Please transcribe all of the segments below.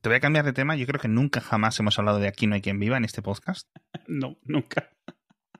te voy a cambiar de tema. Yo creo que nunca jamás hemos hablado de Aquí no hay quien viva en este podcast. No, nunca.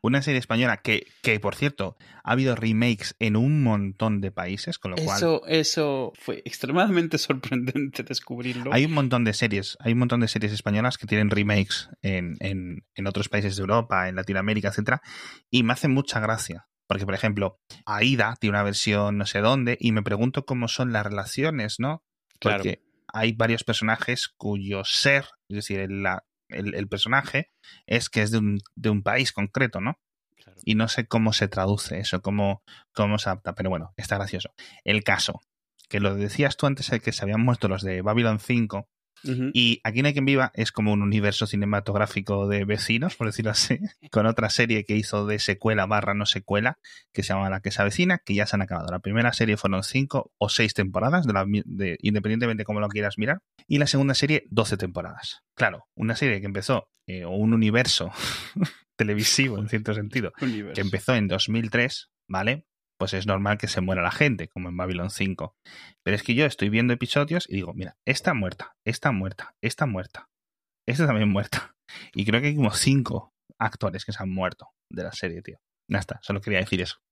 Una serie española que, que por cierto, ha habido remakes en un montón de países, con lo cual... Eso, eso fue extremadamente sorprendente descubrirlo. Hay un montón de series, hay un montón de series españolas que tienen remakes en, en, en otros países de Europa, en Latinoamérica, etcétera, y me hace mucha gracia. Porque, por ejemplo, Aida tiene una versión no sé dónde, y me pregunto cómo son las relaciones, ¿no? Claro. Porque hay varios personajes cuyo ser, es decir, el, la- el- el personaje, es que es de un, de un país concreto, ¿no? Claro. Y no sé cómo se traduce eso, cómo, cómo se adapta, pero bueno, está gracioso. El caso, que lo decías tú antes, el que se habían muerto los de Babylon 5, Ujú. y Aquí no hay quien viva es como un universo cinematográfico de vecinos, por decirlo así, con otra serie que hizo de secuela barra no secuela, que se llama La que se avecina, que ya se han acabado. La primera serie fueron cinco o seis temporadas, de la mi- de- independientemente de cómo lo quieras mirar, y la segunda serie, 12 temporadas. Claro, una serie que empezó, eh, o un universo televisivo en cierto sentido, Universo. que empezó en 2003, ¿vale? Pues es normal que se muera la gente, como en Babylon 5. Pero es que yo estoy viendo episodios y digo, mira, esta muerta, esta muerta, esta muerta, esta también muerta. Y creo que hay como cinco actores que se han muerto de la serie, tío. Ya está, solo quería decir eso.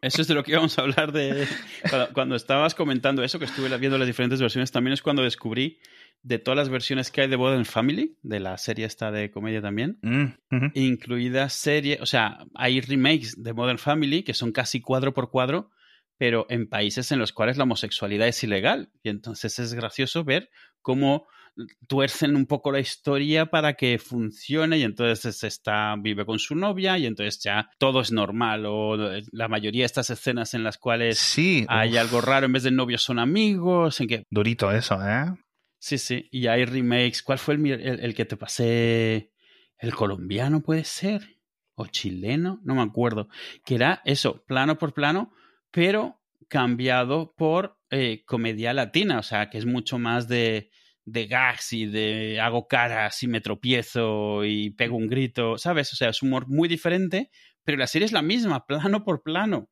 Eso es de lo que íbamos a hablar de cuando, cuando estabas comentando eso, que estuve viendo las diferentes versiones, también es cuando descubrí de todas las versiones que hay de Modern Family, de la serie esta de comedia también, Mm, ujú. incluida serie, o sea, hay remakes de Modern Family que son casi cuadro por cuadro, pero en países en los cuales la homosexualidad es ilegal. Y entonces es gracioso ver cómo tuercen un poco la historia para que funcione y entonces es- está vive con su novia y entonces ya todo es normal o la mayoría de estas escenas en las cuales sí, hay uf, algo raro en vez de novios son amigos en que durito eso, ¿eh? sí sí y hay remakes ¿cuál fue el, mi- el- el que te pasé el colombiano puede ser o chileno no me acuerdo que era eso plano por plano pero cambiado por eh, comedia latina o sea que es mucho más de de gags y de hago caras y me tropiezo y pego un grito, ¿sabes? O sea, es humor muy diferente, pero la serie es la misma, plano por plano.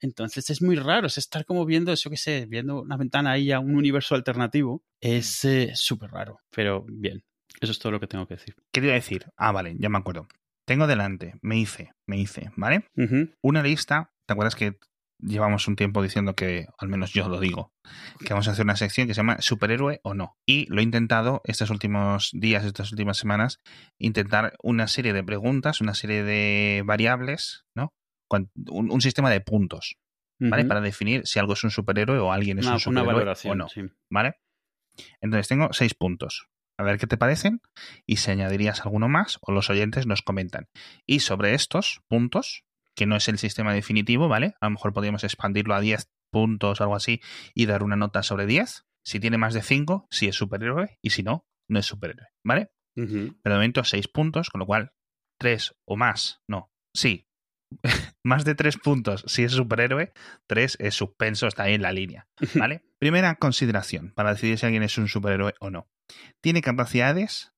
Entonces es muy raro, es estar como viendo, eso que sé, viendo una ventana ahí a un universo alternativo. Mm. Es eh, súper raro, pero bien, eso es todo lo que tengo que decir. Quería decir, ah, vale, ya me acuerdo. Tengo delante, me hice, me hice, ¿vale? Ujú. una lista. ¿Te acuerdas que llevamos un tiempo diciendo que, al menos yo lo digo, que vamos a hacer una sección que se llama Superhéroe o no? Y lo he intentado estos últimos días, estas últimas semanas, intentar una serie de preguntas, una serie de variables, ¿no? Cuan- Un, un sistema de puntos, ¿vale? Ujú. Para definir si algo es un superhéroe o alguien es una, un una superhéroe valoración. o no, sí. ¿vale? Entonces tengo seis puntos. A ver qué te parecen y si añadirías alguno más o los oyentes nos comentan. Y sobre estos puntos, que no es el sistema definitivo, ¿vale? A lo mejor podríamos expandirlo a 10 puntos o algo así y dar una nota sobre 10. Si tiene más de 5, si es superhéroe y si no, no es superhéroe, ¿vale? Ujú. Pero de momento 6 puntos, con lo cual 3 o más, no, sí. más de 3 puntos si es superhéroe, 3 es suspenso, está ahí en la línea, ¿vale? Primera consideración para decidir si alguien es un superhéroe o no. Tiene capacidades,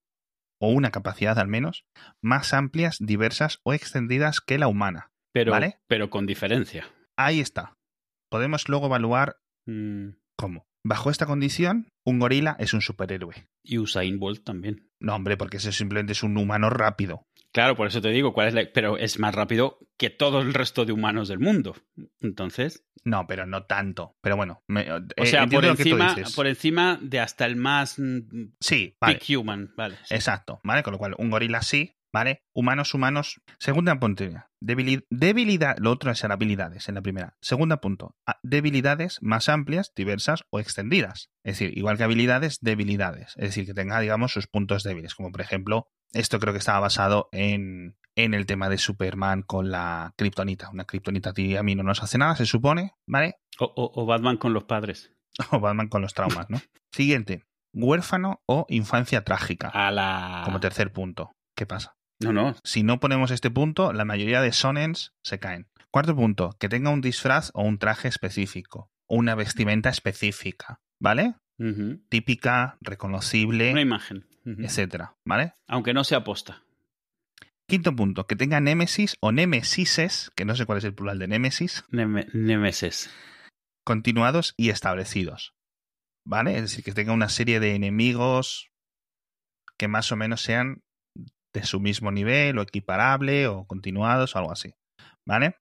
o una capacidad al menos, más amplias, diversas o extendidas que la humana. Pero, ¿Vale? pero con diferencia. Ahí está. Podemos luego evaluar Mm, cómo. Bajo esta condición, un gorila es un superhéroe. Y Usain Bolt también. No, hombre, porque ese simplemente es un humano rápido. Claro, por eso te digo, cuál es la- pero es más rápido que todo el resto de humanos del mundo. Entonces, No, pero no tanto. Pero bueno, me- o eh, sea, entiendo por lo que tú encima, dices. por encima de hasta el más mm, Sí, vale. big human, vale. sí. Exacto, ¿vale? Con lo cual, un gorila sí, ¿vale? Humanos, humanos. Segunda puntería. Debilidad, debilidad. Lo otro es ser habilidades en la primera. Segunda punto. a- Debilidades más amplias, diversas o extendidas. Es decir, igual que habilidades, debilidades. Es decir, que tenga, digamos, sus puntos débiles. Como por ejemplo, esto creo que estaba basado en, en el tema de Superman con la kriptonita. Una kriptonita a ti y a mí no nos hace nada, se supone, ¿vale? O, o- o Batman con los padres. O Batman con los traumas, ¿no? Siguiente. Huérfano o infancia trágica. A la. Como tercer punto. ¿Qué pasa? No, no. Si no ponemos este punto, la mayoría de sonens se caen. Cuarto punto. Que tenga un disfraz o un traje específico. O una vestimenta específica. ¿Vale? Ujú. Típica, reconocible, Una imagen. Ujú. etcétera. ¿Vale? Aunque no sea posta. Quinto punto. Que tenga némesis o némesises, que no sé cuál es el plural de némesis, Neme- Nemesis. continuados y establecidos. ¿vale? Es decir, que tenga una serie de enemigos que más o menos sean de su mismo nivel o equiparable o continuados o algo así, ¿vale?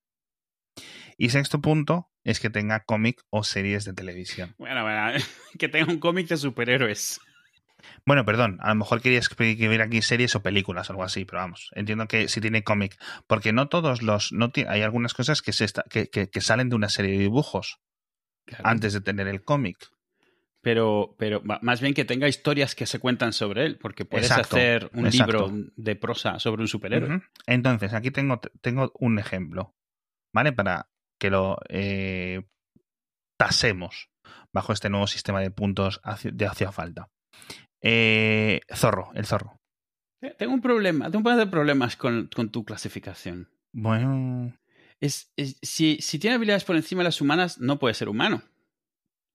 Y sexto punto es que tenga cómic o series de televisión. Bueno, bueno, que tenga un cómic de superhéroes. Bueno, perdón, a lo mejor quería escribir aquí series o películas o algo así, pero vamos, entiendo que si tiene cómic, porque no todos los, no hay algunas cosas que, se está, que, que, que, salen de una serie de dibujos claro. antes de tener el cómic. Pero, pero más bien que tenga historias que se cuentan sobre él, porque puedes exacto, hacer un exacto. libro de prosa sobre un superhéroe. Uh -huh. Entonces, aquí tengo, tengo un ejemplo, ¿vale? Para que lo eh, tasemos bajo este nuevo sistema de puntos hacia, de hacía falta. Eh, zorro, el zorro. Eh, Tengo un problema, tengo un par de problemas con, con tu clasificación. Bueno. Es, es si, si, tiene habilidades por encima de las humanas, no puede ser humano.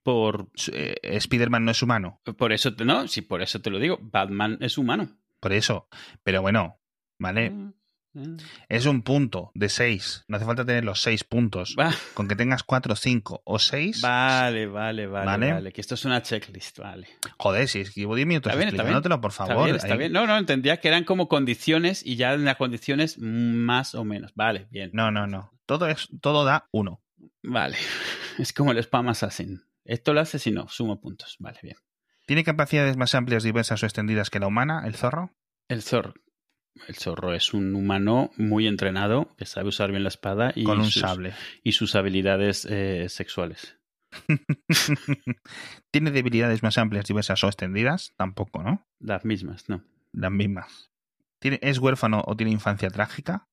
Por. Eh, Spider-Man no es humano. Por eso te, no, si por eso te lo digo. Batman es humano. Ah, Por eso. Pero bueno, ¿vale? Mm. eh. Es un punto de 6. No hace falta tener los 6 puntos. Va. Con que tengas 4, 5 o 6. Vale, vale, vale, vale, vale, Que esto es una checklist, vale. Joder, si escribo 10 minutos está bien, explicándotelo, por favor. Está bien, está bien. No, no, entendía que eran como condiciones y ya en las condiciones más o menos. Vale, bien. No, no, no. Todo, es, todo da 1. Vale. Es como el spam assassin. Esto lo hace si no, sumo puntos. Vale, bien. ¿Tiene capacidades más amplias, diversas o extendidas que la humana, el zorro? El zorro, el zorro es un humano muy entrenado que sabe usar bien la espada y, Con un sus, sable. y sus habilidades eh, sexuales. ¿Tiene debilidades más amplias, diversas o extendidas? Tampoco, ¿no? Las mismas, no. Las mismas. ¿Tiene, ¿Es huérfano o tiene infancia trágica?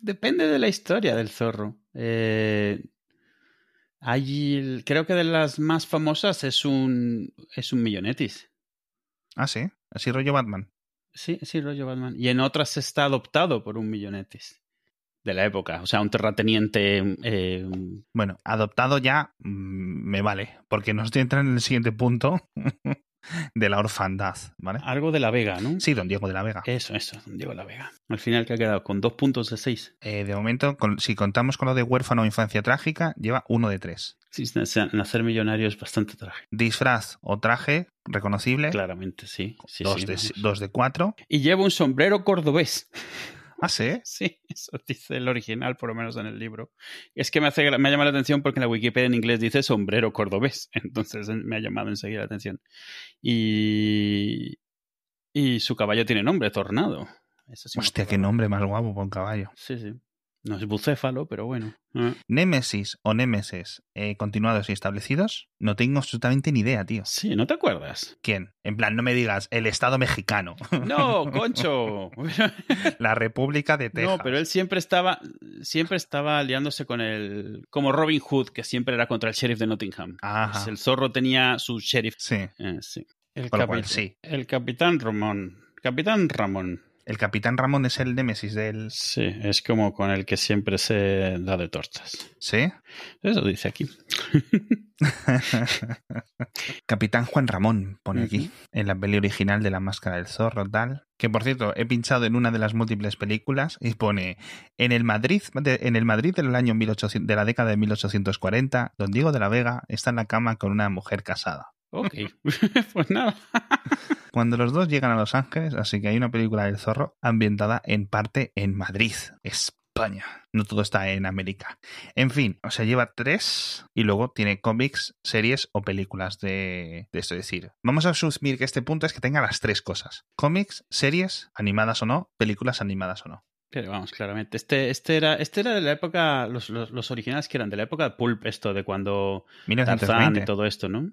Depende de la historia del zorro. Eh, hay, creo que de las más famosas es un, es un millonetis. Ah, sí. Así rollo Batman. Sí, sí, rollo Batman. Y en otras está adoptado por un millonetes de la época, o sea, un terrateniente. Eh... Bueno, adoptado ya mm, me vale, porque nos entra en el siguiente punto de la orfandad, ¿vale? Algo de la Vega, ¿no? Sí, don Diego de la Vega. Eso, eso, don Diego de la Vega. Al final que ha quedado con dos puntos de seis. Eh, de momento, con, si contamos con lo de huérfano o infancia trágica, lleva uno de tres. Sí, nacer millonario es bastante traje. Disfraz o traje reconocible. Claramente, sí. sí, ¿Eh? dos, sí de, dos, de, cuatro. Y lleva un sombrero cordobés. ¿Ah, sí? Sí, eso dice el original, por lo menos en el libro. Es que me, hace, me ha llamado la atención porque en la Wikipedia en inglés dice sombrero cordobés. Entonces me ha llamado enseguida la atención. Y, y su caballo tiene nombre, Tornado. Eso sí Hostia, qué nombre más guapo para un caballo. Sí, sí. No es bucéfalo, pero bueno. Ah, Eh. Némesis o Némesis eh, continuados y establecidos, no tengo absolutamente ni idea, tío. Sí, ¿no te acuerdas? ¿Quién? En plan, no me digas, el Estado mexicano. No, concho. La República de Texas. No, pero él siempre estaba, siempre estaba aliándose con el. como Robin Hood, que siempre era contra el sheriff de Nottingham. Ajá. Pues el zorro tenía su sheriff. Sí. Eh, sí. El, Por lo cual, sí. el capitán Ramón. Capitán Ramón. El Capitán Ramón es el némesis del... Sí, es como con el que siempre se da de tortas. ¿Sí? Eso dice aquí. Capitán Juan Ramón, pone aquí, en la peli original de La Máscara del Zorro, tal. Que por cierto, he pinchado en una de las múltiples películas y pone en el Madrid, de, en el Madrid del año 1800, de la década de 1840, don Diego de la Vega está en la cama con una mujer casada. Ok, pues nada. Cuando los dos llegan a Los Ángeles, así que hay una película del zorro ambientada en parte en Madrid, España. No todo está en América. En fin, o sea, lleva tres y luego tiene cómics, series o películas de, de esto. Es decir, vamos a asumir que este punto es que tenga las tres cosas. Cómics, series, animadas o no, películas animadas o no. Pero vamos, claramente. Este, este, era, este era de la época, los, los, los originales que eran de la época de Pulp, esto de cuando 1920. Tarzán y todo esto, ¿no?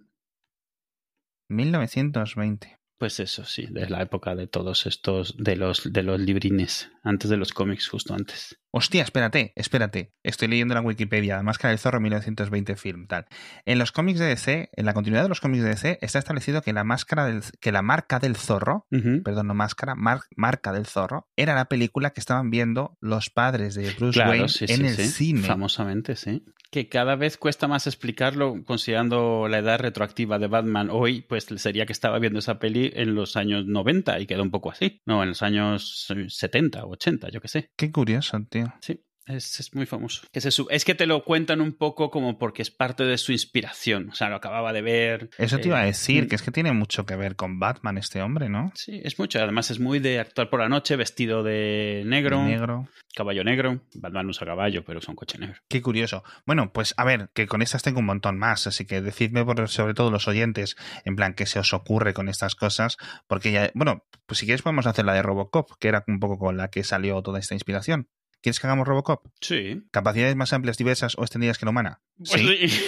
1920. Pues eso, sí, de la época de todos estos, de los, de los librines, antes de los cómics, justo antes. Hostia, espérate, espérate. Estoy leyendo la Wikipedia, La Máscara del Zorro 1920 film, tal. En los cómics de DC, en la continuidad de los cómics de DC, está establecido que la máscara del, que la marca del zorro, uh -huh. perdón, no máscara, mar, marca del zorro, era la película que estaban viendo los padres de Bruce claro, Wayne sí, en sí, el sí. cine. Famosamente, sí. Que cada vez cuesta más explicarlo, considerando la edad retroactiva de Batman hoy, pues sería que estaba viendo esa peli en los años eh, 90 y quedó un poco así. No, en los años 70 o 80, yo qué sé. Qué curioso, tío. Sí. Es, es muy famoso. Que se sub- Es que te lo cuentan un poco como porque es parte de su inspiración. O sea, lo acababa de ver. Eso te iba a eh, decir, mm. que es que tiene mucho que ver con Batman este hombre, ¿no? Sí, es mucho. Además, es muy de actuar por la noche, vestido de De negro, negro. caballo negro. Batman no usa caballo, pero usa un coche negro. Qué curioso. Bueno, pues a ver, que con estas tengo un montón más, así que decidme por, sobre todo los oyentes, en plan, qué se os ocurre con estas cosas, porque ya, bueno, pues si quieres podemos hacer la de Robocop, que era un poco con la que salió toda esta inspiración. ¿Quieres que hagamos Robocop? Sí. ¿Capacidades más amplias, diversas o extendidas que la humana? Sí. Pues sí.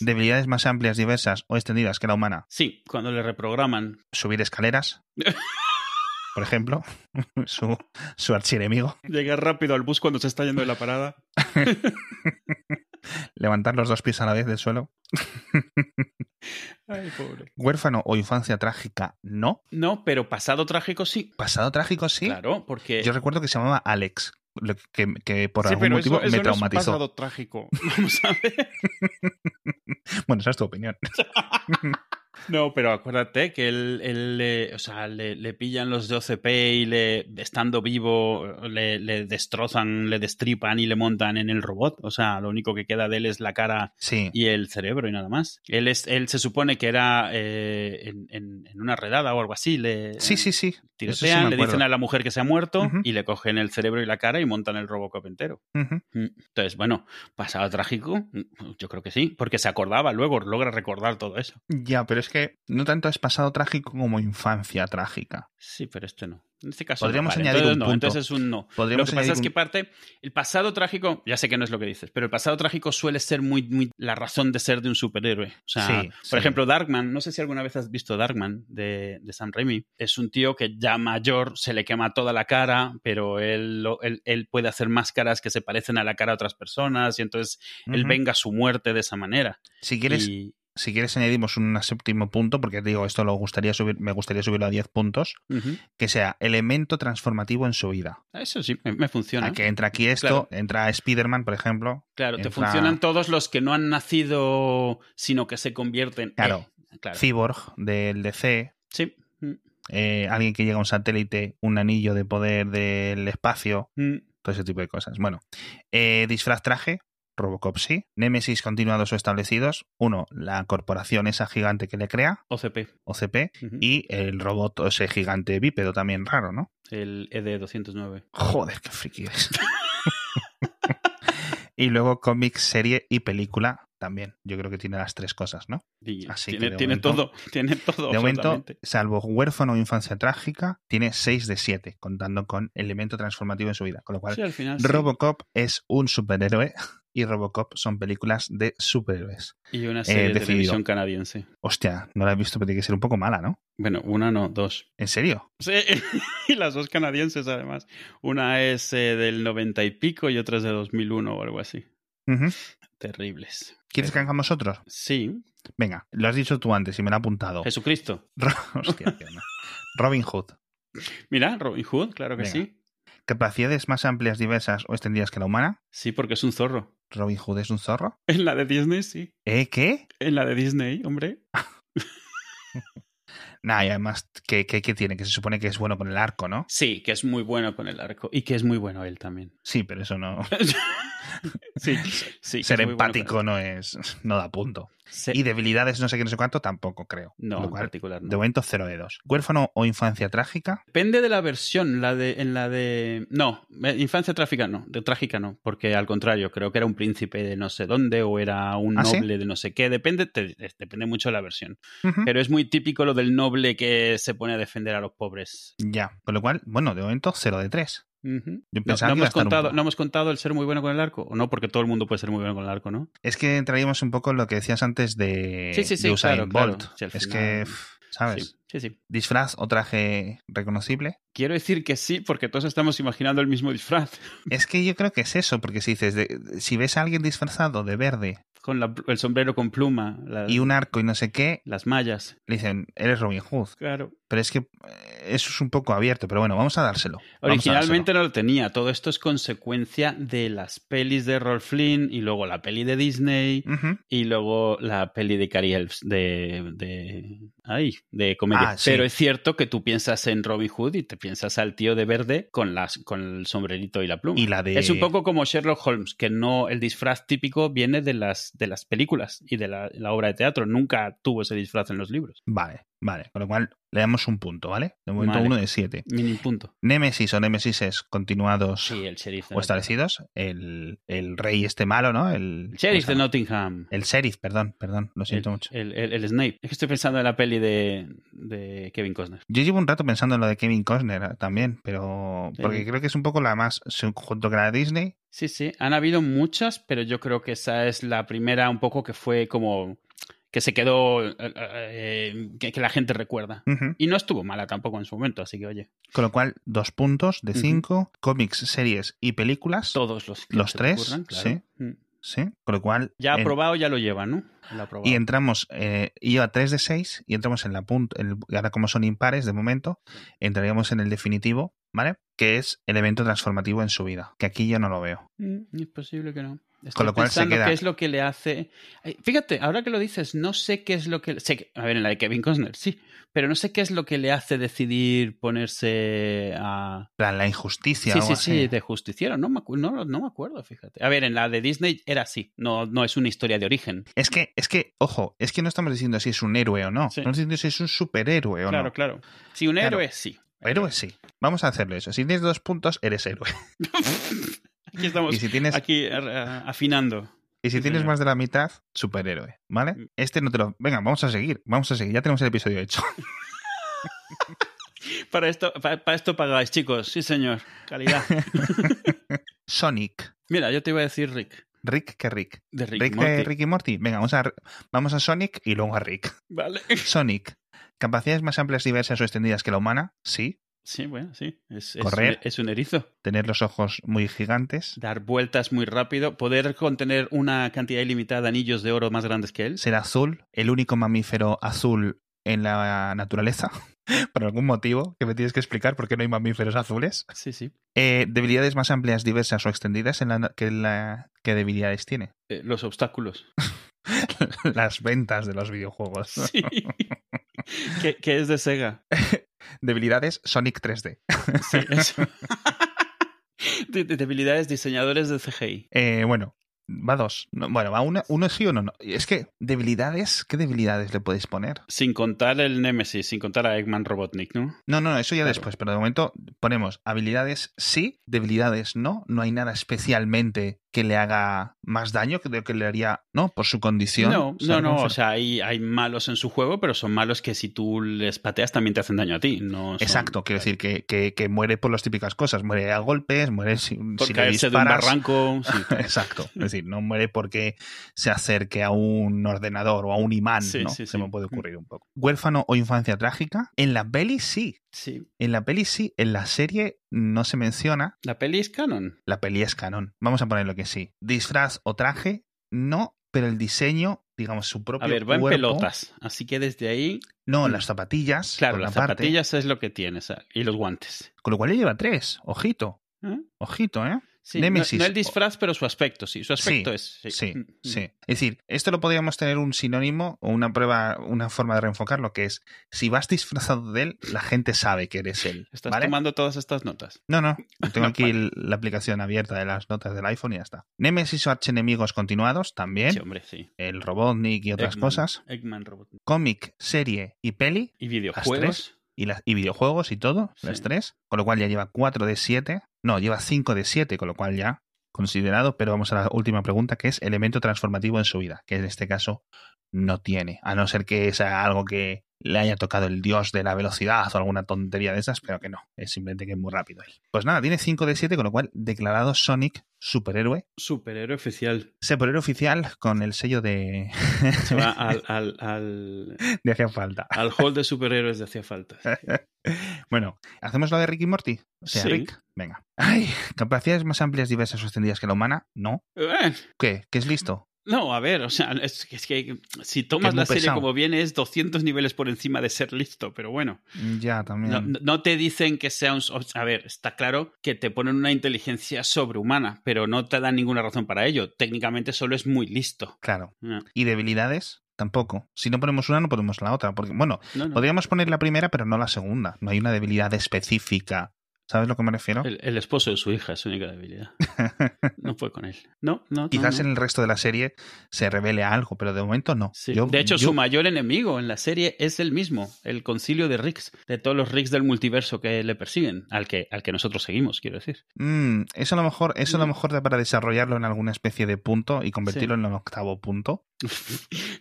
¿Debilidades más amplias, diversas o extendidas que la humana? Sí, cuando le reprograman. ¿Subir escaleras? Por ejemplo, su, su archienemigo. Llegar rápido al bus cuando se está yendo de la parada. Levantar los dos pies a la vez del suelo. Ay, pobre. Huérfano o infancia trágica, no. No, pero pasado trágico sí. Pasado trágico, sí. Claro, porque. Yo recuerdo que se llamaba Alex, lo que, que por Eh, Sí, algún pero eso- motivo me eso no es un traumatizó. pasado trágico. Vamos a ver. Bueno, esa es tu opinión. No, pero acuérdate que él, él le, o sea, le, le pillan los de OCP y le, estando vivo, le, le destrozan, le destripan y le montan en el robot. O sea, lo único que queda de él es la cara Sí, y el cerebro y nada más. Él, es, él se supone que era eh, en, en- en una redada o algo así. Le, sí, sí, sí. Eso sí me Tirotean, le acuerdo. dicen a la mujer que se ha muerto Ujú. y le cogen el cerebro y la cara y montan el Robocop entero. Ujú. Mm. Entonces, bueno, pasado trágico, Mm, yo creo que sí, porque se acordaba luego, logra recordar todo eso. Ya, pero es que no tanto es pasado trágico como infancia trágica. Sí, pero este no. En este caso, no Podríamos vale. añadir entonces, un no, punto. entonces es un no. Lo Podríamos que pasa añadir es que parte, el pasado trágico, ya sé que no es lo que dices, pero el pasado trágico suele ser muy, muy la razón de ser de un superhéroe. O sea, Sí, Ah, por sí. ejemplo, Darkman, no sé si alguna vez has visto Darkman de, de Sam Raimi, es un tío que ya mayor se le quema toda la cara, pero él, lo- él, él puede hacer máscaras que se parecen a la cara de otras personas y entonces un- él Ujú. venga su muerte de esa manera. Si quieres, Y- si quieres añadimos un séptimo punto, porque te digo, esto lo gustaría subir, me gustaría subirlo a 10 puntos, Ujú. que sea elemento transformativo en su vida. Eso sí, me, me funciona. A que entra aquí esto, entra Spider-Man, por ejemplo. Claro, te Entra- funcionan todos los que no han nacido, sino que se convierten. Claro. Eh, claro. Cyborg del DC, Sí. Mm, eh, alguien que llega a un satélite, un anillo de poder del espacio, mm. todo ese tipo de cosas. Bueno, eh, disfraz traje, Robocop sí, Némesis continuados o establecidos, uno, la corporación esa gigante que le crea, OCP. OCP, Ujú. y el robot o ese gigante bípedo también raro, ¿no? El E ED209. Joder, qué friki eres. y luego cómic, serie y película también. Yo creo que tiene las tres cosas, ¿no? Y Así Ah, que tiene, de tiene momento- todo. Tiene todo. De momento, absolutamente. salvo huérfano o infancia trágica, tiene 6 de 7, contando con elemento transformativo en su vida. Con lo cual, Sí, al final. sí. Robocop es un superhéroe y Robocop son películas de superhéroes. Y una serie de decidido. televisión canadiense. Hostia, no la he visto, pero tiene que ser un poco mala, ¿no? Bueno, una no, dos. ¿En serio? Sí, y las dos canadienses, además. Una es eh, del 90 y pico y otra es de 2001 o algo así. Ujú. Terribles. ¿Quieres que hagamos otros? Sí. Venga, lo has dicho tú antes y me lo ha apuntado. Oh. Jesucristo. Ro- Hostia, tío, no. Robin Hood. Mira, Robin Hood, claro que Venga. sí. Capacidades más amplias, diversas o extendidas que la humana. Sí, porque es un zorro. Robin Hood es un zorro. En la de Disney, sí. ¿Eh? ¿Qué? En la de Disney, hombre. Nah, y además, ¿qué, qué, qué tiene? Que se supone que es bueno con el arco, ¿no? Sí, que es muy bueno con el arco. Y que es muy bueno él también. Sí, pero eso no. Sí, sí. que ser es muy bueno empático con- no es. No da punto. Se- Y debilidades, no sé qué, no sé cuánto, tampoco creo. No, Lo en cual, particular no. De momento, 0 de 2. Huérfano o infancia trágica. Depende de la versión, la de, en la de... No, eh, infancia trágica no, de trágica no, porque al contrario, creo que era un príncipe de no sé dónde o era un ¿Ah, sí? noble de no sé qué, depende, te- es- depende mucho de la versión. Ujú. Pero es muy típico lo del noble que se pone a defender a los pobres. Ya. Con lo cual, bueno, de momento, 0 de 3. Ujú. Yo No, pensaba no que iba a estar hemos un contado, poco- no hemos contado el ser muy bueno con el arco, o no, porque todo el mundo puede ser muy bueno con el arco, ¿no? Es que traíamos un poco lo que decías antes de, Sí, sí, sí, de Usain claro, claro. Bolt. Sí, al es final- que, pff, ¿sabes? Sí, sí, sí. Disfraz o traje reconocible. Quiero decir que sí, porque todos estamos imaginando el mismo disfraz. Es que yo creo que es eso, porque si dices, de- si ves a alguien disfrazado de verde Con la- el sombrero con pluma, la- y un arco y no sé qué, las mallas. le dicen, eres Robin Hood. Claro. Pero es que eh, eso es un poco abierto, pero bueno, vamos a dárselo. Vamos Originalmente a dárselo. no lo tenía. Todo esto es consecuencia de las pelis de Rolf Flynn y luego la peli de Disney Ujú. y luego la peli de Cary Elves de, de, ay, de comedia. Ah, sí. Pero es cierto que tú piensas en Robin Hood y te piensas al tío de verde con, las, con el sombrerito y la pluma. Y la de. Es un poco como Sherlock Holmes, que no el disfraz típico viene de las, de las películas y de la, la obra de teatro. Nunca tuvo ese disfraz en los libros. Vale, vale. Con lo cual le damos un punto, ¿vale? De momento Vale. uno de siete. Mini punto. Némesis o Némesis es continuados Sí, el sheriff. de Pues o establecidos. El, el rey este malo, ¿no? El, El sheriff de ¿cómo se llama? Nottingham. El sheriff, perdón, perdón, lo siento el, mucho. El, el- el Snape. Es que estoy pensando en la peli de, de Kevin Costner. Yo llevo un rato pensando en lo de Kevin Costner eh, también, pero porque Sí. creo que es un poco la más se- junto con la de Disney. Sí, sí. Han habido muchas, pero yo creo que esa es la primera un poco que fue como que se quedó, eh, eh, que, que la gente recuerda. Ujú. Y no estuvo mala tampoco en su momento, así que oye, Con lo cual, dos puntos de Ujú. cinco, cómics, series y películas. todos los que Los se te tres, ocurran, Mm. Sí, con lo cual. Ya en- aprobado, ya lo lleva, ¿no? El aprobado. Y entramos, eh, y lleva 3 de 6, y entramos en la punta, ahora como son impares de momento, entraríamos en el definitivo, ¿vale? Que es el evento transformativo en su vida, que aquí yo no lo veo. Mm, Es posible que no. Estoy Con lo cual se pensando queda- qué es lo que le hace. Ay, Fíjate, ahora que lo dices, no sé qué es lo que. Sé que- A ver, en la de Kevin Costner, sí. Pero no sé qué es lo que le hace decidir ponerse a. En plan, La injusticia, sí, algo sí, así. sí, de justiciero. No me, acu- no, lo- no me acuerdo, fíjate. A ver, en la de Disney era así. No, no es una historia de origen. Es que, es que, ojo, es que no estamos diciendo si es un héroe o no. Sí. No estamos diciendo si es un superhéroe o claro, no. claro. Si un Claro. héroe, sí. Héroe sí. Vamos a hacerlo eso. Si tienes dos puntos, eres héroe. Aquí estamos. Y si tienes, Aquí eh, afinando. y si sí, tienes señor. más de la mitad, superhéroe. ¿Vale? Mm. Este no te lo. Venga, vamos a seguir. Vamos a seguir. Ya tenemos el episodio hecho. Para esto, para, para esto pagáis, chicos. Sí, señor. Calidad. Sonic. Mira, yo te iba a decir Rick. Rick que Rick. De Rick, Rick Morty. de Rick y Morty. Venga, vamos a, vamos a Sonic y luego a Rick. Vale. Sonic. Capacidades más amplias, diversas o extendidas que la humana. Sí. Sí, bueno, sí. Es, es- Correr. es un erizo. Tener los ojos muy gigantes. Dar vueltas muy rápido. Poder contener una cantidad ilimitada de anillos de oro más grandes que él. Ser azul. El único mamífero azul en la naturaleza. Por algún motivo que me tienes que explicar por qué no hay mamíferos azules. Sí, sí. Eh, debilidades más amplias, diversas o extendidas en la, que, la, que debilidades tiene. Eh, los obstáculos. Las ventas de los videojuegos. Sí. que, que es de Sega. Debilidades Sonic 3D. Sí, eso. De- de- Debilidades diseñadores de CGI. Eh, bueno, va dos. No, bueno, va una, uno sí o no, no. Es que debilidades, ¿qué debilidades le podéis poner? Sin contar el Nemesis, sin contar a Eggman Robotnik, ¿no? No, no, no, eso ya Claro. después, pero de momento ponemos habilidades sí, debilidades no. No hay nada especialmente que le haga más daño que lo que le haría, ¿no? Por su condición. No, ¿Sabes no, cómo no. O se- sea, hay, hay malos en su juego, pero son malos que si tú les pateas también te hacen daño a ti. No son- Exacto, quiero decir que, que- que muere por las típicas cosas. Muere a golpes, muere si, Por si le caerse de un disparas. barranco. sí, claro. Exacto. Es decir, no muere porque se acerque a un ordenador o a un imán, Sí, ¿no? Se sí, sí. Mm. me puede ocurrir un poco. Huérfano o infancia trágica. En la peli sí. Sí. En la peli sí. En la serie no se menciona. La peli es canon. La peli es canon. Vamos a ponerlo que sí. Disfraz o traje, no, pero el diseño, digamos, su propio. A ver, va en cuerpo- pelotas. Así que desde ahí, No, Mm. las zapatillas. claro, por las una parte. zapatillas es lo que tienes. ah, Y los guantes. Con lo cual ya lleva tres. Ojito. ¿Eh? Ojito, ¿eh? Sí, no, Némesis. no el disfraz, pero su aspecto, sí. Su aspecto es. Sí, Mm, mm. sí. Es decir, esto lo podríamos tener un sinónimo o una prueba, una forma de reenfocarlo, que es si vas disfrazado de él, la gente sabe que eres él. Estás ¿vale? tomando todas estas notas. No, no. Tengo No, aquí el- la aplicación abierta de las notas del iPhone y ya está. Nemesis o archienemigos continuados, también. Sí, Em, hombre, sí. El Robotnik y otras Eggman- cosas. Eggman Robot. Cómic, serie y peli. Y videojuegos. Y, las, y videojuegos y todo, las Sí. tres. Con lo cual ya lleva 4 de 7. No, lleva 5 de 7, con lo cual ya considerado. Pero vamos a la última pregunta, que es elemento transformativo en su vida, que en este caso no tiene. A no ser que sea algo que le haya tocado el dios de la velocidad o alguna tontería de esas, pero que no. Es simplemente que es muy rápido él. Pues nada, tiene 5 de 7, con lo cual declarado Sonic superhéroe. Superhéroe oficial. Superhéroe oficial con el sello de... Se va al, al, al, de hacía falta. al hall de superhéroes de hacía falta. Bueno, ¿hacemos lo de Rick y Morty? O sea, Sí. Rick, venga. Ay, capacidades más amplias, diversas o extendidas que la humana, no. Eh, ¿Qué? ¿Que es listo? No, a ver, o sea, es, que- es que si tomas Es muy la serie pesado. como viene es 200 niveles por encima de ser listo, pero bueno, Ya, también. no, no te dicen que sea un... o sea, A ver, está claro que te ponen una inteligencia sobrehumana, pero no te dan ninguna razón para ello. Técnicamente solo es muy listo. Claro. No, ¿Y debilidades? Tampoco. Si no ponemos una, no ponemos la otra. Porque, bueno, no, no. podríamos poner la primera, pero no la segunda. No hay una debilidad específica. ¿Sabes lo que me refiero? El, el esposo de su hija es su única debilidad. No fue con él. No, no. no, Quizás no. en el resto de la serie se revele algo, pero de momento no. Sí. Yo- de hecho, yo- su mayor enemigo en la serie es el mismo, el concilio de Rix, de todos los Rix del multiverso que le persiguen, al que, al que nosotros seguimos, quiero decir. Mm, eso a lo mejor, eso a lo Mm. mejor da para desarrollarlo en alguna especie de punto y convertirlo en un octavo punto.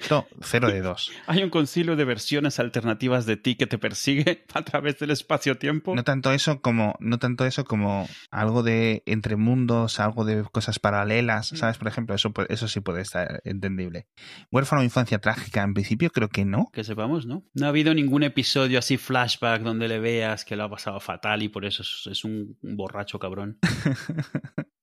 No, cero de dos. Hay un concilio de versiones alternativas de ti que te persigue a través del espacio-tiempo. No tanto eso como, no tanto eso como algo de entre mundos, algo de cosas paralelas, Mm. ¿sabes? Por ejemplo, eso, pu- eso sí puede estar entendible. Huérfano de infancia trágica, en principio creo que no. Que sepamos, ¿no? No ha habido ningún episodio así flashback donde le veas que lo ha pasado fatal y por eso es, es un borracho cabrón.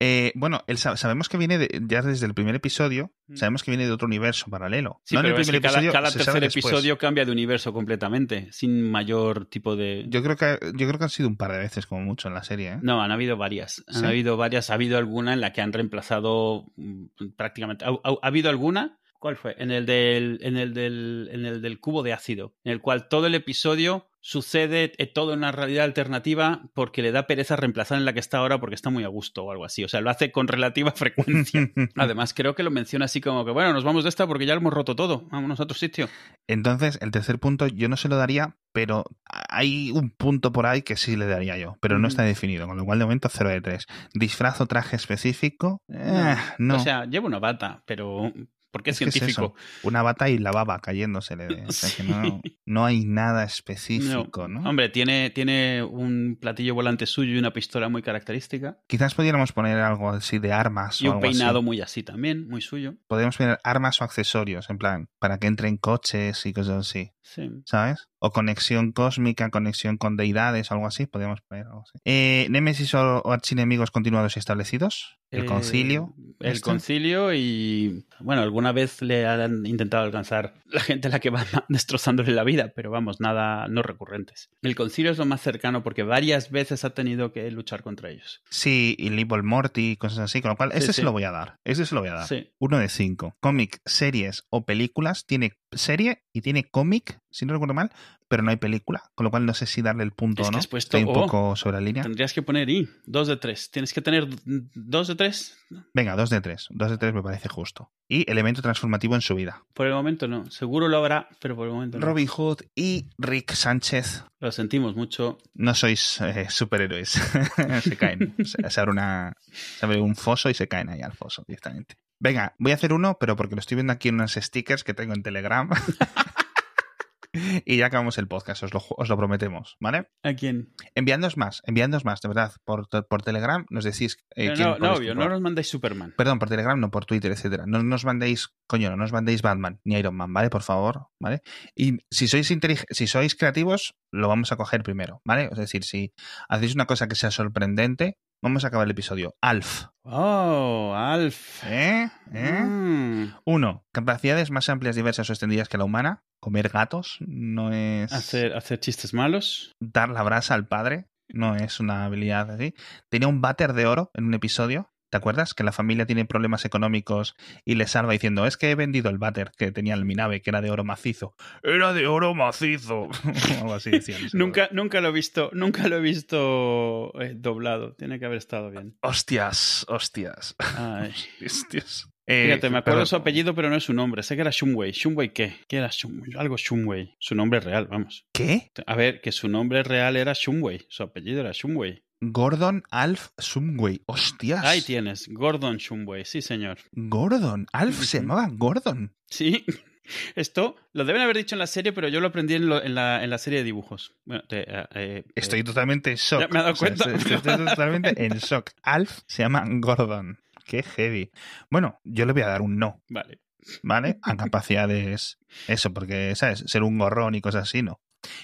Eh, bueno, el sa- sabemos que viene de- ya desde el primer episodio, Mm. sabemos que viene de otro universo paralelo. Sí, no en el pero es primer que cada, episodio, cada se sabe tercer después. episodio cambia de universo completamente, sin mayor tipo de... Yo creo que yo creo que han sido un par de veces como mucho en la serie, ¿eh? No, han habido varias. Han ¿Sí? habido varias. Ha habido alguna en la que han reemplazado mm, prácticamente. Ha, ha- ha habido alguna. ¿Cuál fue? En el, del, en, el del, en el del cubo de ácido, en el cual todo el episodio sucede eh, todo en una realidad alternativa porque le da pereza reemplazar en la que está ahora porque está muy a gusto o algo así. O sea, lo hace con relativa frecuencia. Mm. Además, creo que lo menciona así como que, bueno, nos vamos de esta porque ya lo hemos roto todo. Vámonos a otro sitio. Entonces, el tercer punto yo no se lo daría, pero hay un punto por ahí que sí le daría yo, pero no Ujú. está definido, con lo cual de momento 0 de 3. Disfrazo, traje específico, eh, no. O sea, lleva una bata, pero porque Es es, que es científico. Una bata y la baba cayéndosele. de- o sea que no, no hay nada específico, ¿no? Hombre, tiene, tiene un platillo volante suyo y una pistola muy característica. Quizás pudiéramos poner algo así de armas Y o un algo así. peinado muy así también, muy suyo. Podríamos poner armas o accesorios, en plan, para que entren coches y cosas así. Sí. ¿sabes? O conexión cósmica, conexión con deidades, algo así, podríamos poner algo así. Eh, Némesis o, o archienemigos continuados y establecidos, el Eh, concilio. El este. concilio y, bueno, alguna vez le han intentado alcanzar la gente a la que va destrozándole la vida, pero vamos, nada, no recurrentes. El concilio es lo más cercano porque varias veces ha tenido que luchar contra ellos. Sí, y Libol Morty, cosas así, con lo cual, Sí, este se sí. lo voy a dar. Este se lo voy a dar. Sí. Uno de cinco. Cómic, series o películas. Tiene serie y tiene cómic, si no recuerdo mal, pero no hay película, con lo cual no sé si darle el punto Es o que no. has puesto Estoy un O. poco sobre la línea. Tendrías que poner I, dos de tres. Tienes que tener dos de tres. Venga, dos de tres. Dos de tres me parece justo. Y elemento transformativo en su vida. Por el momento no. Seguro lo habrá, pero por el momento no. Robin Hood y Rick Sánchez Lo sentimos mucho. no sois eh, superhéroes. se caen. Se, se abre una, se abre un foso y se caen ahí al foso directamente. Venga, voy a hacer uno, pero porque lo estoy viendo aquí en unos stickers que tengo en Telegram. y ya acabamos el podcast, os lo, ju- os lo prometemos, ¿vale? ¿A quién? Enviadnos más, enviadnos más, de verdad. Por, por Telegram nos decís... eh, Pero quién no, no, podéis obvio, no comprar. nos mandáis Superman. Perdón, por Telegram, no por Twitter, etcétera. No nos mandéis, coño, no nos mandéis Batman ni Iron Man, ¿vale? Por favor, ¿vale? Y si sois intelig- si sois creativos, lo vamos a coger primero, ¿vale? Es decir, si hacéis una cosa que sea sorprendente, vamos a acabar el episodio. Alf. Oh, Alf. ¿Eh? ¿Eh? Mm. Uno, capacidades más amplias, diversas o extendidas que la humana. Comer gatos no es. Hacer, hacer chistes malos. Dar la brasa al padre no es una habilidad así. Tenía un váter de oro en un episodio. ¿Te acuerdas? Que la familia tiene problemas económicos y le salva diciendo, es que he vendido el váter que tenía en mi nave, que era de oro macizo. Era de oro macizo. O Algo así decían. Nunca, nunca lo he visto, nunca lo he visto eh, doblado. Tiene que haber estado bien. Hostias, hostias, Ay. hostias. Eh, Fíjate, me acuerdo perdón. su apellido, pero no es su nombre. Sé que era Shumway. ¿Shumway qué? ¿Qué era Shumway? Algo Shumway. Su nombre real, vamos. ¿Qué? A ver, que su nombre real era Shumway. Su apellido era Shumway. Gordon Alf Sumway. Hostias. Ahí tienes, Gordon Shumway. Sí, señor. Gordon. Alf se Ujú. llamaba Gordon. Sí. Esto lo deben haber dicho en la serie, pero yo lo aprendí en, lo- en la, en la serie de dibujos. Bueno, te- eh, eh, Estoy totalmente en shock. Ya me he dado O sea, cuenta, estoy- me estoy acabo de dar totalmente en shock. Alf se llama Gordon. Qué heavy. Bueno, yo le voy a dar un no, Vale. ¿vale? A capacidades. Eso, porque, ¿sabes? Ser un gorrón y cosas así, no.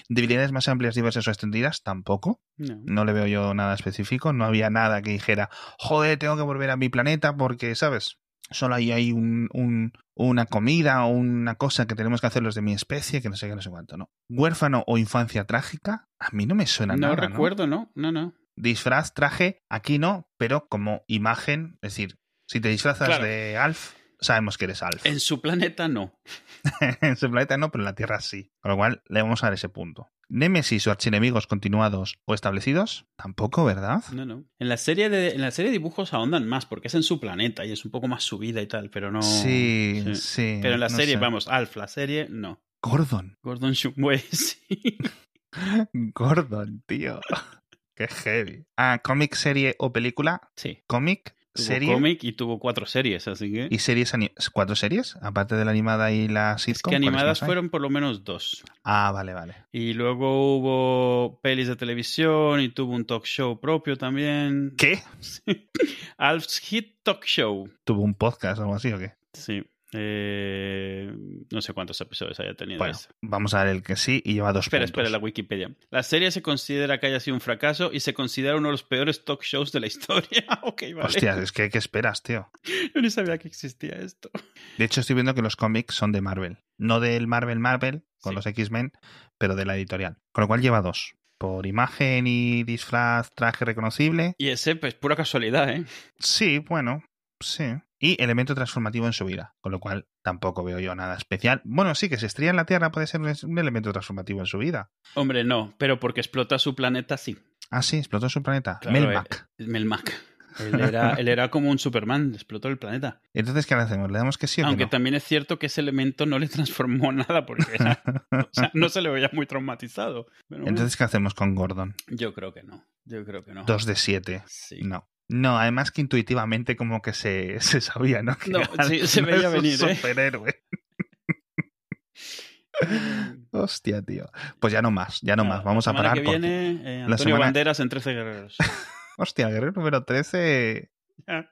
Debilidades más amplias, diversas o extendidas, tampoco. No. No le veo yo nada específico. No había nada que dijera, joder, tengo que volver a mi planeta porque, ¿sabes? solo ahí hay un, un- una comida o una cosa que tenemos que hacer los de mi especie, que no sé qué, no sé cuánto, ¿no? Huérfano o infancia trágica, a mí no me suena No nada. ¿no? recuerdo, ¿no? No, no. Disfraz, traje, aquí no, pero como imagen, es decir, si te disfrazas Claro. de Alf, sabemos que eres Alf. En su planeta no. en su planeta no, pero en la Tierra sí. Con lo cual, le vamos a dar ese punto. Némesis o archienemigos continuados o establecidos, tampoco, ¿verdad? No, no. En la serie de, en la serie de dibujos ahondan más porque es en su planeta y es un poco más subida y tal, pero no. sí, sí, Pero en la no serie, sé. vamos, Alf, la serie, no. Gordon, ¿eh? Gordon Shumway, sí. Gordon, tío. Qué heavy. Ah, cómic, serie o película. Sí. Cómic, Tuvo serie cómic y tuvo cuatro series, así que. y series. ani- ¿Cuatro series? Aparte de la animada y la es sitcom. que ¿cuáles animadas más hay? fueron por lo menos dos. Ah, vale, vale. Y luego hubo pelis de televisión y tuvo un talk show propio también. ¿Qué? Sí. Alf's Hit Talk Show. ¿Tuvo un podcast o algo así o qué? Sí. Eh, no sé cuántos episodios haya tenido. Bueno, esa. vamos a ver el que sí y lleva dos Espera, puntos. espera, la Wikipedia. La serie se considera que haya sido un fracaso y se considera uno de los peores talk shows de la historia. ok, vale. Hostias, es que ¿qué esperas, tío? Yo ni sabía que existía esto. De hecho, estoy viendo que los cómics son de Marvel. No del Marvel Marvel, con Sí. los X-Men, pero de la editorial. Con lo cual lleva dos. Por imagen y disfraz, traje reconocible. Y ese, pues, pura casualidad, ¿eh? Sí, bueno, sí. Y elemento transformativo en su vida, con lo cual tampoco veo yo nada especial. Bueno, sí, que se estrella en la Tierra puede ser un- un elemento transformativo en su vida. Hombre, no, pero porque explota su planeta, sí. Ah, sí, explotó su planeta. Claro, eh. Melmac. Melmac. Él era, él era como un Superman, explotó el planeta. Entonces, ¿qué le hacemos? ¿Le damos que sí o que Aunque no? también es cierto que ese elemento no le transformó nada porque era- o sea, no se le veía muy traumatizado. Pero bueno, Entonces, ¿qué hacemos con Gordon? yo creo que no. Yo creo que no. Dos de siete. Sí. No. No, además que intuitivamente como que se, se sabía, ¿no? Que No, era- sí, se no veía es un venir, ¿eh? superhéroe. Mm, Hostia, tío. Pues ya no más, ya no nada, más. Vamos la a semana parar que porque- viene, eh, Antonio semana- Banderas en 13 guerreros. Hostia, guerrero número 13. ah,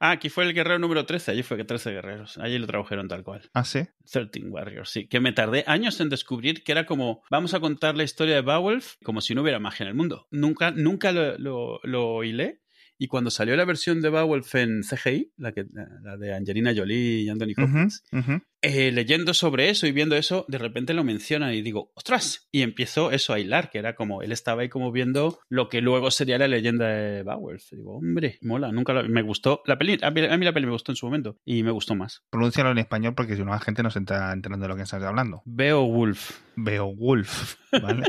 aquí fue el guerrero número 13. Allí fue que 13 guerreros. Allí lo tradujeron tal cual. Ah, sí. 13 Warriors, sí. Que me tardé años en descubrir que era como, vamos a contar la historia de Beowulf como si no hubiera magia en el mundo. Nunca, nunca lo, lo, lo hilé. Y cuando salió la versión de Beowulf en CGI, la, que, la- la de Angelina Jolie y Anthony Ujú, Hopkins, ujú. eh, leyendo sobre eso y viendo eso, de repente lo mencionan y digo, ¡ostras! Y empiezo eso a hilar, que era como, él estaba ahí como viendo lo que luego sería la leyenda de Beowulf. Digo, hombre, mola, nunca lo- Me gustó la peli, a mí, a mí la peli me gustó en su momento y me gustó más. Pronúncialo en español porque si no la gente no se está enterando de lo que estás hablando. Beowulf. Beowulf, ¿vale?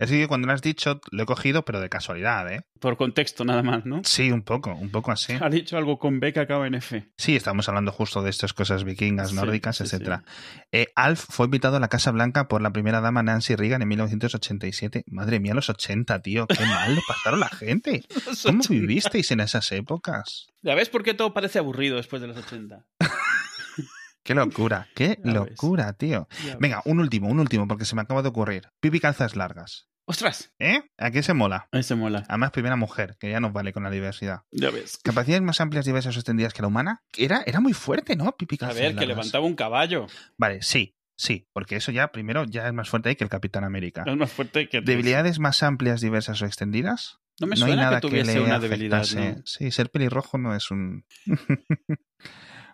Es que yo cuando lo has dicho lo he cogido, pero de casualidad, ¿eh? Por contexto nada más, ¿no? Sí, un poco, un poco así. Ha dicho algo con B que acaba en F. Sí, estamos hablando justo de estas cosas vikingas, Sí, nórdicas, sí, sí. etcétera. Eh, Alf fue invitado a la Casa Blanca por la primera dama Nancy Reagan en 1987. Madre mía, los 80, tío, qué mal lo pasaron la gente. ¿Cómo vivisteis en esas épocas? ¿Ya ves por qué todo parece aburrido después de los 80? Qué locura, qué Ya ves. locura, tío. Ya ves. Venga, un último, un último, porque se me acaba de ocurrir. Pipi calzas largas. ¡Ostras! ¿Eh? ¿A qué se mola? Ese mola. Además, primera mujer, que ya nos vale con la diversidad. Ya ves. Capacidades más amplias, diversas o extendidas que la humana. Era, era muy fuerte, ¿no? Pipi A calzas ver, que largas. levantaba un caballo. Vale, sí, sí, porque eso ya primero ya es más fuerte ahí que el Capitán América. Es más fuerte que... Debilidades más amplias, diversas o extendidas. No me no hay suena nada que tuviese le una debilidad, afectase. ¿no? Sí, ser pelirrojo no es un.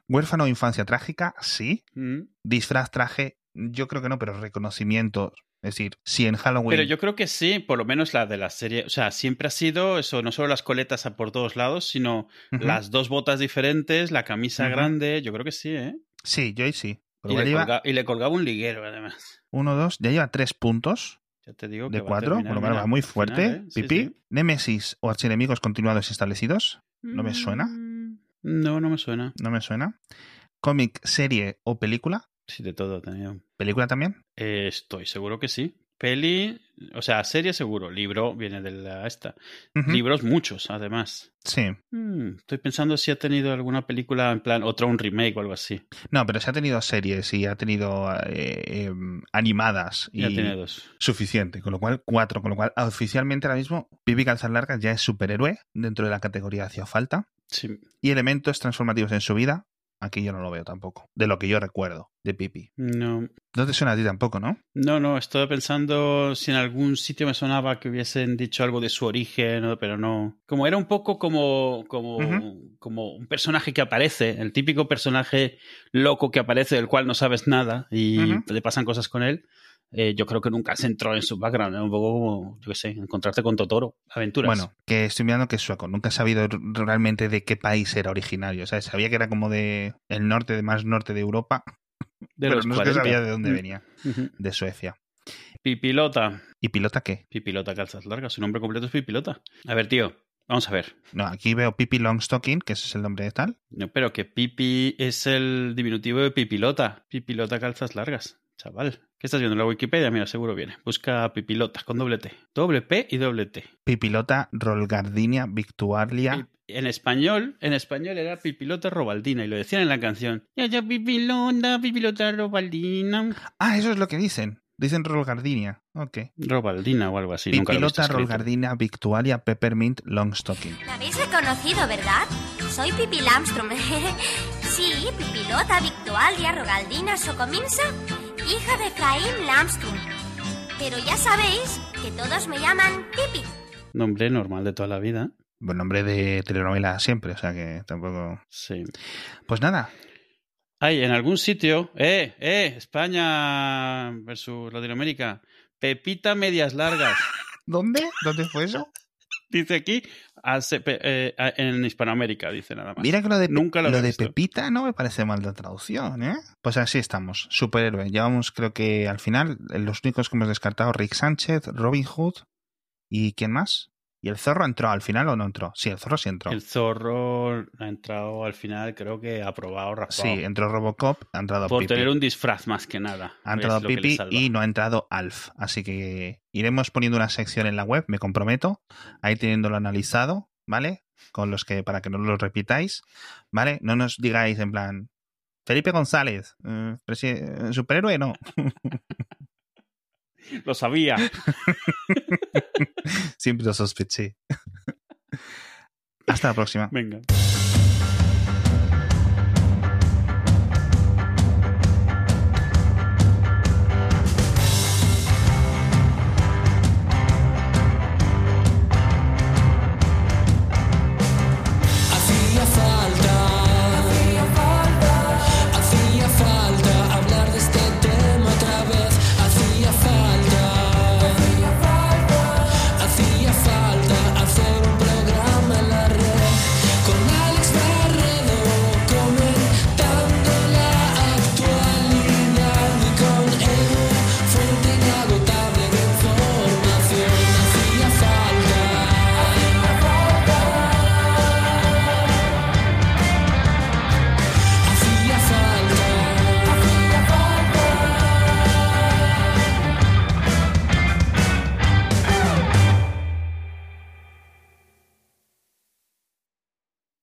Huérfano o infancia trágica, sí. Mm. Disfraz, traje, yo creo que no, pero reconocimiento. Es decir, si en Halloween. Pero yo creo que sí, por lo menos la de la serie. O sea, siempre ha sido eso, no solo las coletas a por todos lados, sino Ujú. las dos botas diferentes, la camisa Ujú. grande. Yo creo que sí, ¿eh? Sí, yo ahí sí. Pero Y ya le, lleva colga- y le colgaba un liguero, además. uno, dos, ya lleva tres puntos Ya te digo que de va a cuatro, terminar, con lo cual mira, va muy al final, fuerte. ¿eh? Sí, Pipí, sí. Némesis o archienemigos continuados y establecidos. ¿No me suena? Mm, No, no me suena. No me suena. Cómic, serie o película. Sí, de todo he tenido. ¿Película también? Eh, estoy seguro que sí. Peli, o sea, serie seguro. Libro viene de la esta. Ujú, Libros muchos, además. Sí. Mm, estoy pensando si ha tenido alguna película en plan, otra un remake o algo así. No, pero se ha tenido series y ha tenido eh, em, animadas y Ya tiene dos. suficiente, con lo cual cuatro, con lo cual oficialmente ahora mismo Pipi Calzas Largas ya es superhéroe dentro de la categoría hacía falta Sí. y elementos transformativos en su vida Aquí yo no lo veo tampoco, de lo que yo recuerdo de Pipi. No, No te suena a ti tampoco, ¿no? no, no, estaba pensando si en algún sitio me sonaba que hubiesen dicho algo de su origen, o- pero no. Como era un poco como, como, Ujú. como un personaje que aparece, el típico personaje loco que aparece del cual no sabes nada y Ujú. te pasan cosas con él. eh, yo creo que nunca se entró en su background, era un poco como, yo qué sé, encontrarte con Totoro, aventuras. Bueno, que estoy mirando que es sueco. Nunca he sabido r- realmente de qué país era originario. O sea, sabía que era como de el norte, de más norte de Europa, de pero los no es 40. que sabía de dónde Mm. venía, Ujú. de Suecia. Pipilota. ¿Y pilota qué? Pipilota calzas largas. Su nombre completo es Pipilota. A ver, tío. Vamos a ver. No, aquí veo Pipi Longstocking, que ese es el nombre de tal. No, pero que Pipi es el diminutivo de Pipilota. Pipilota calzas largas. Chaval. ¿Qué estás viendo en la Wikipedia? Mira, seguro viene. Busca Pipilota con doble T. Doble P y doble T. Pipilota Rolgardinia Victuarlia. Pi- En español, en español era Pipilota Robaldina y lo decían en la canción. Ya, ya, Pipilota, Pipilota Robaldina. Ah, eso es lo que dicen. Dicen Rolgardinia. Ok. Robaldina o algo así. nunca lo he Pipilota visto escrito. Rolgardinia Victualia Peppermint Longstocking. Me habéis reconocido, ¿verdad? Soy Pipi Lamstrom. sí, Pipilota Victualia Rogaldina Socominsa, hija de Efraín Lamstrom. Pero ya sabéis que todos me llaman Pipi. Nombre normal de toda la vida. Buen Pues nombre de telenovela siempre, o sea que tampoco. Sí. Pues nada, Hay en algún sitio, eh, eh, España versus Latinoamérica, Pepita Medias Largas. ¿dónde? ¿Dónde fue eso? Dice aquí hace pe- eh, a- en Hispanoamérica, dice nada más. Mira que lo de, Pe- Nunca lo lo había de visto. Pepita no me parece mal de traducción, ¿eh? Pues así estamos, superhéroe. Llevamos, creo que al final, los únicos que hemos descartado, Rick Sánchez, Robin Hood y ¿quién más? ¿Y el zorro entró al final o no entró? Sí, el zorro sí entró. El zorro ha entrado al final, creo que aprobado, Sí, raspado. entró Robocop, ha entrado por Pipi. tener un disfraz más que nada. Ha es entrado lo que le Pipi salva. y no ha entrado Alf. Así que iremos poniendo una sección en la web, me comprometo, ahí teniéndolo analizado, ¿vale? Con los que, para que no lo repitáis, ¿vale? No nos digáis en plan, Felipe González, eh, presi- eh, superhéroe, no. Lo sabía. Siempre lo sospeché. Hasta la próxima. Venga.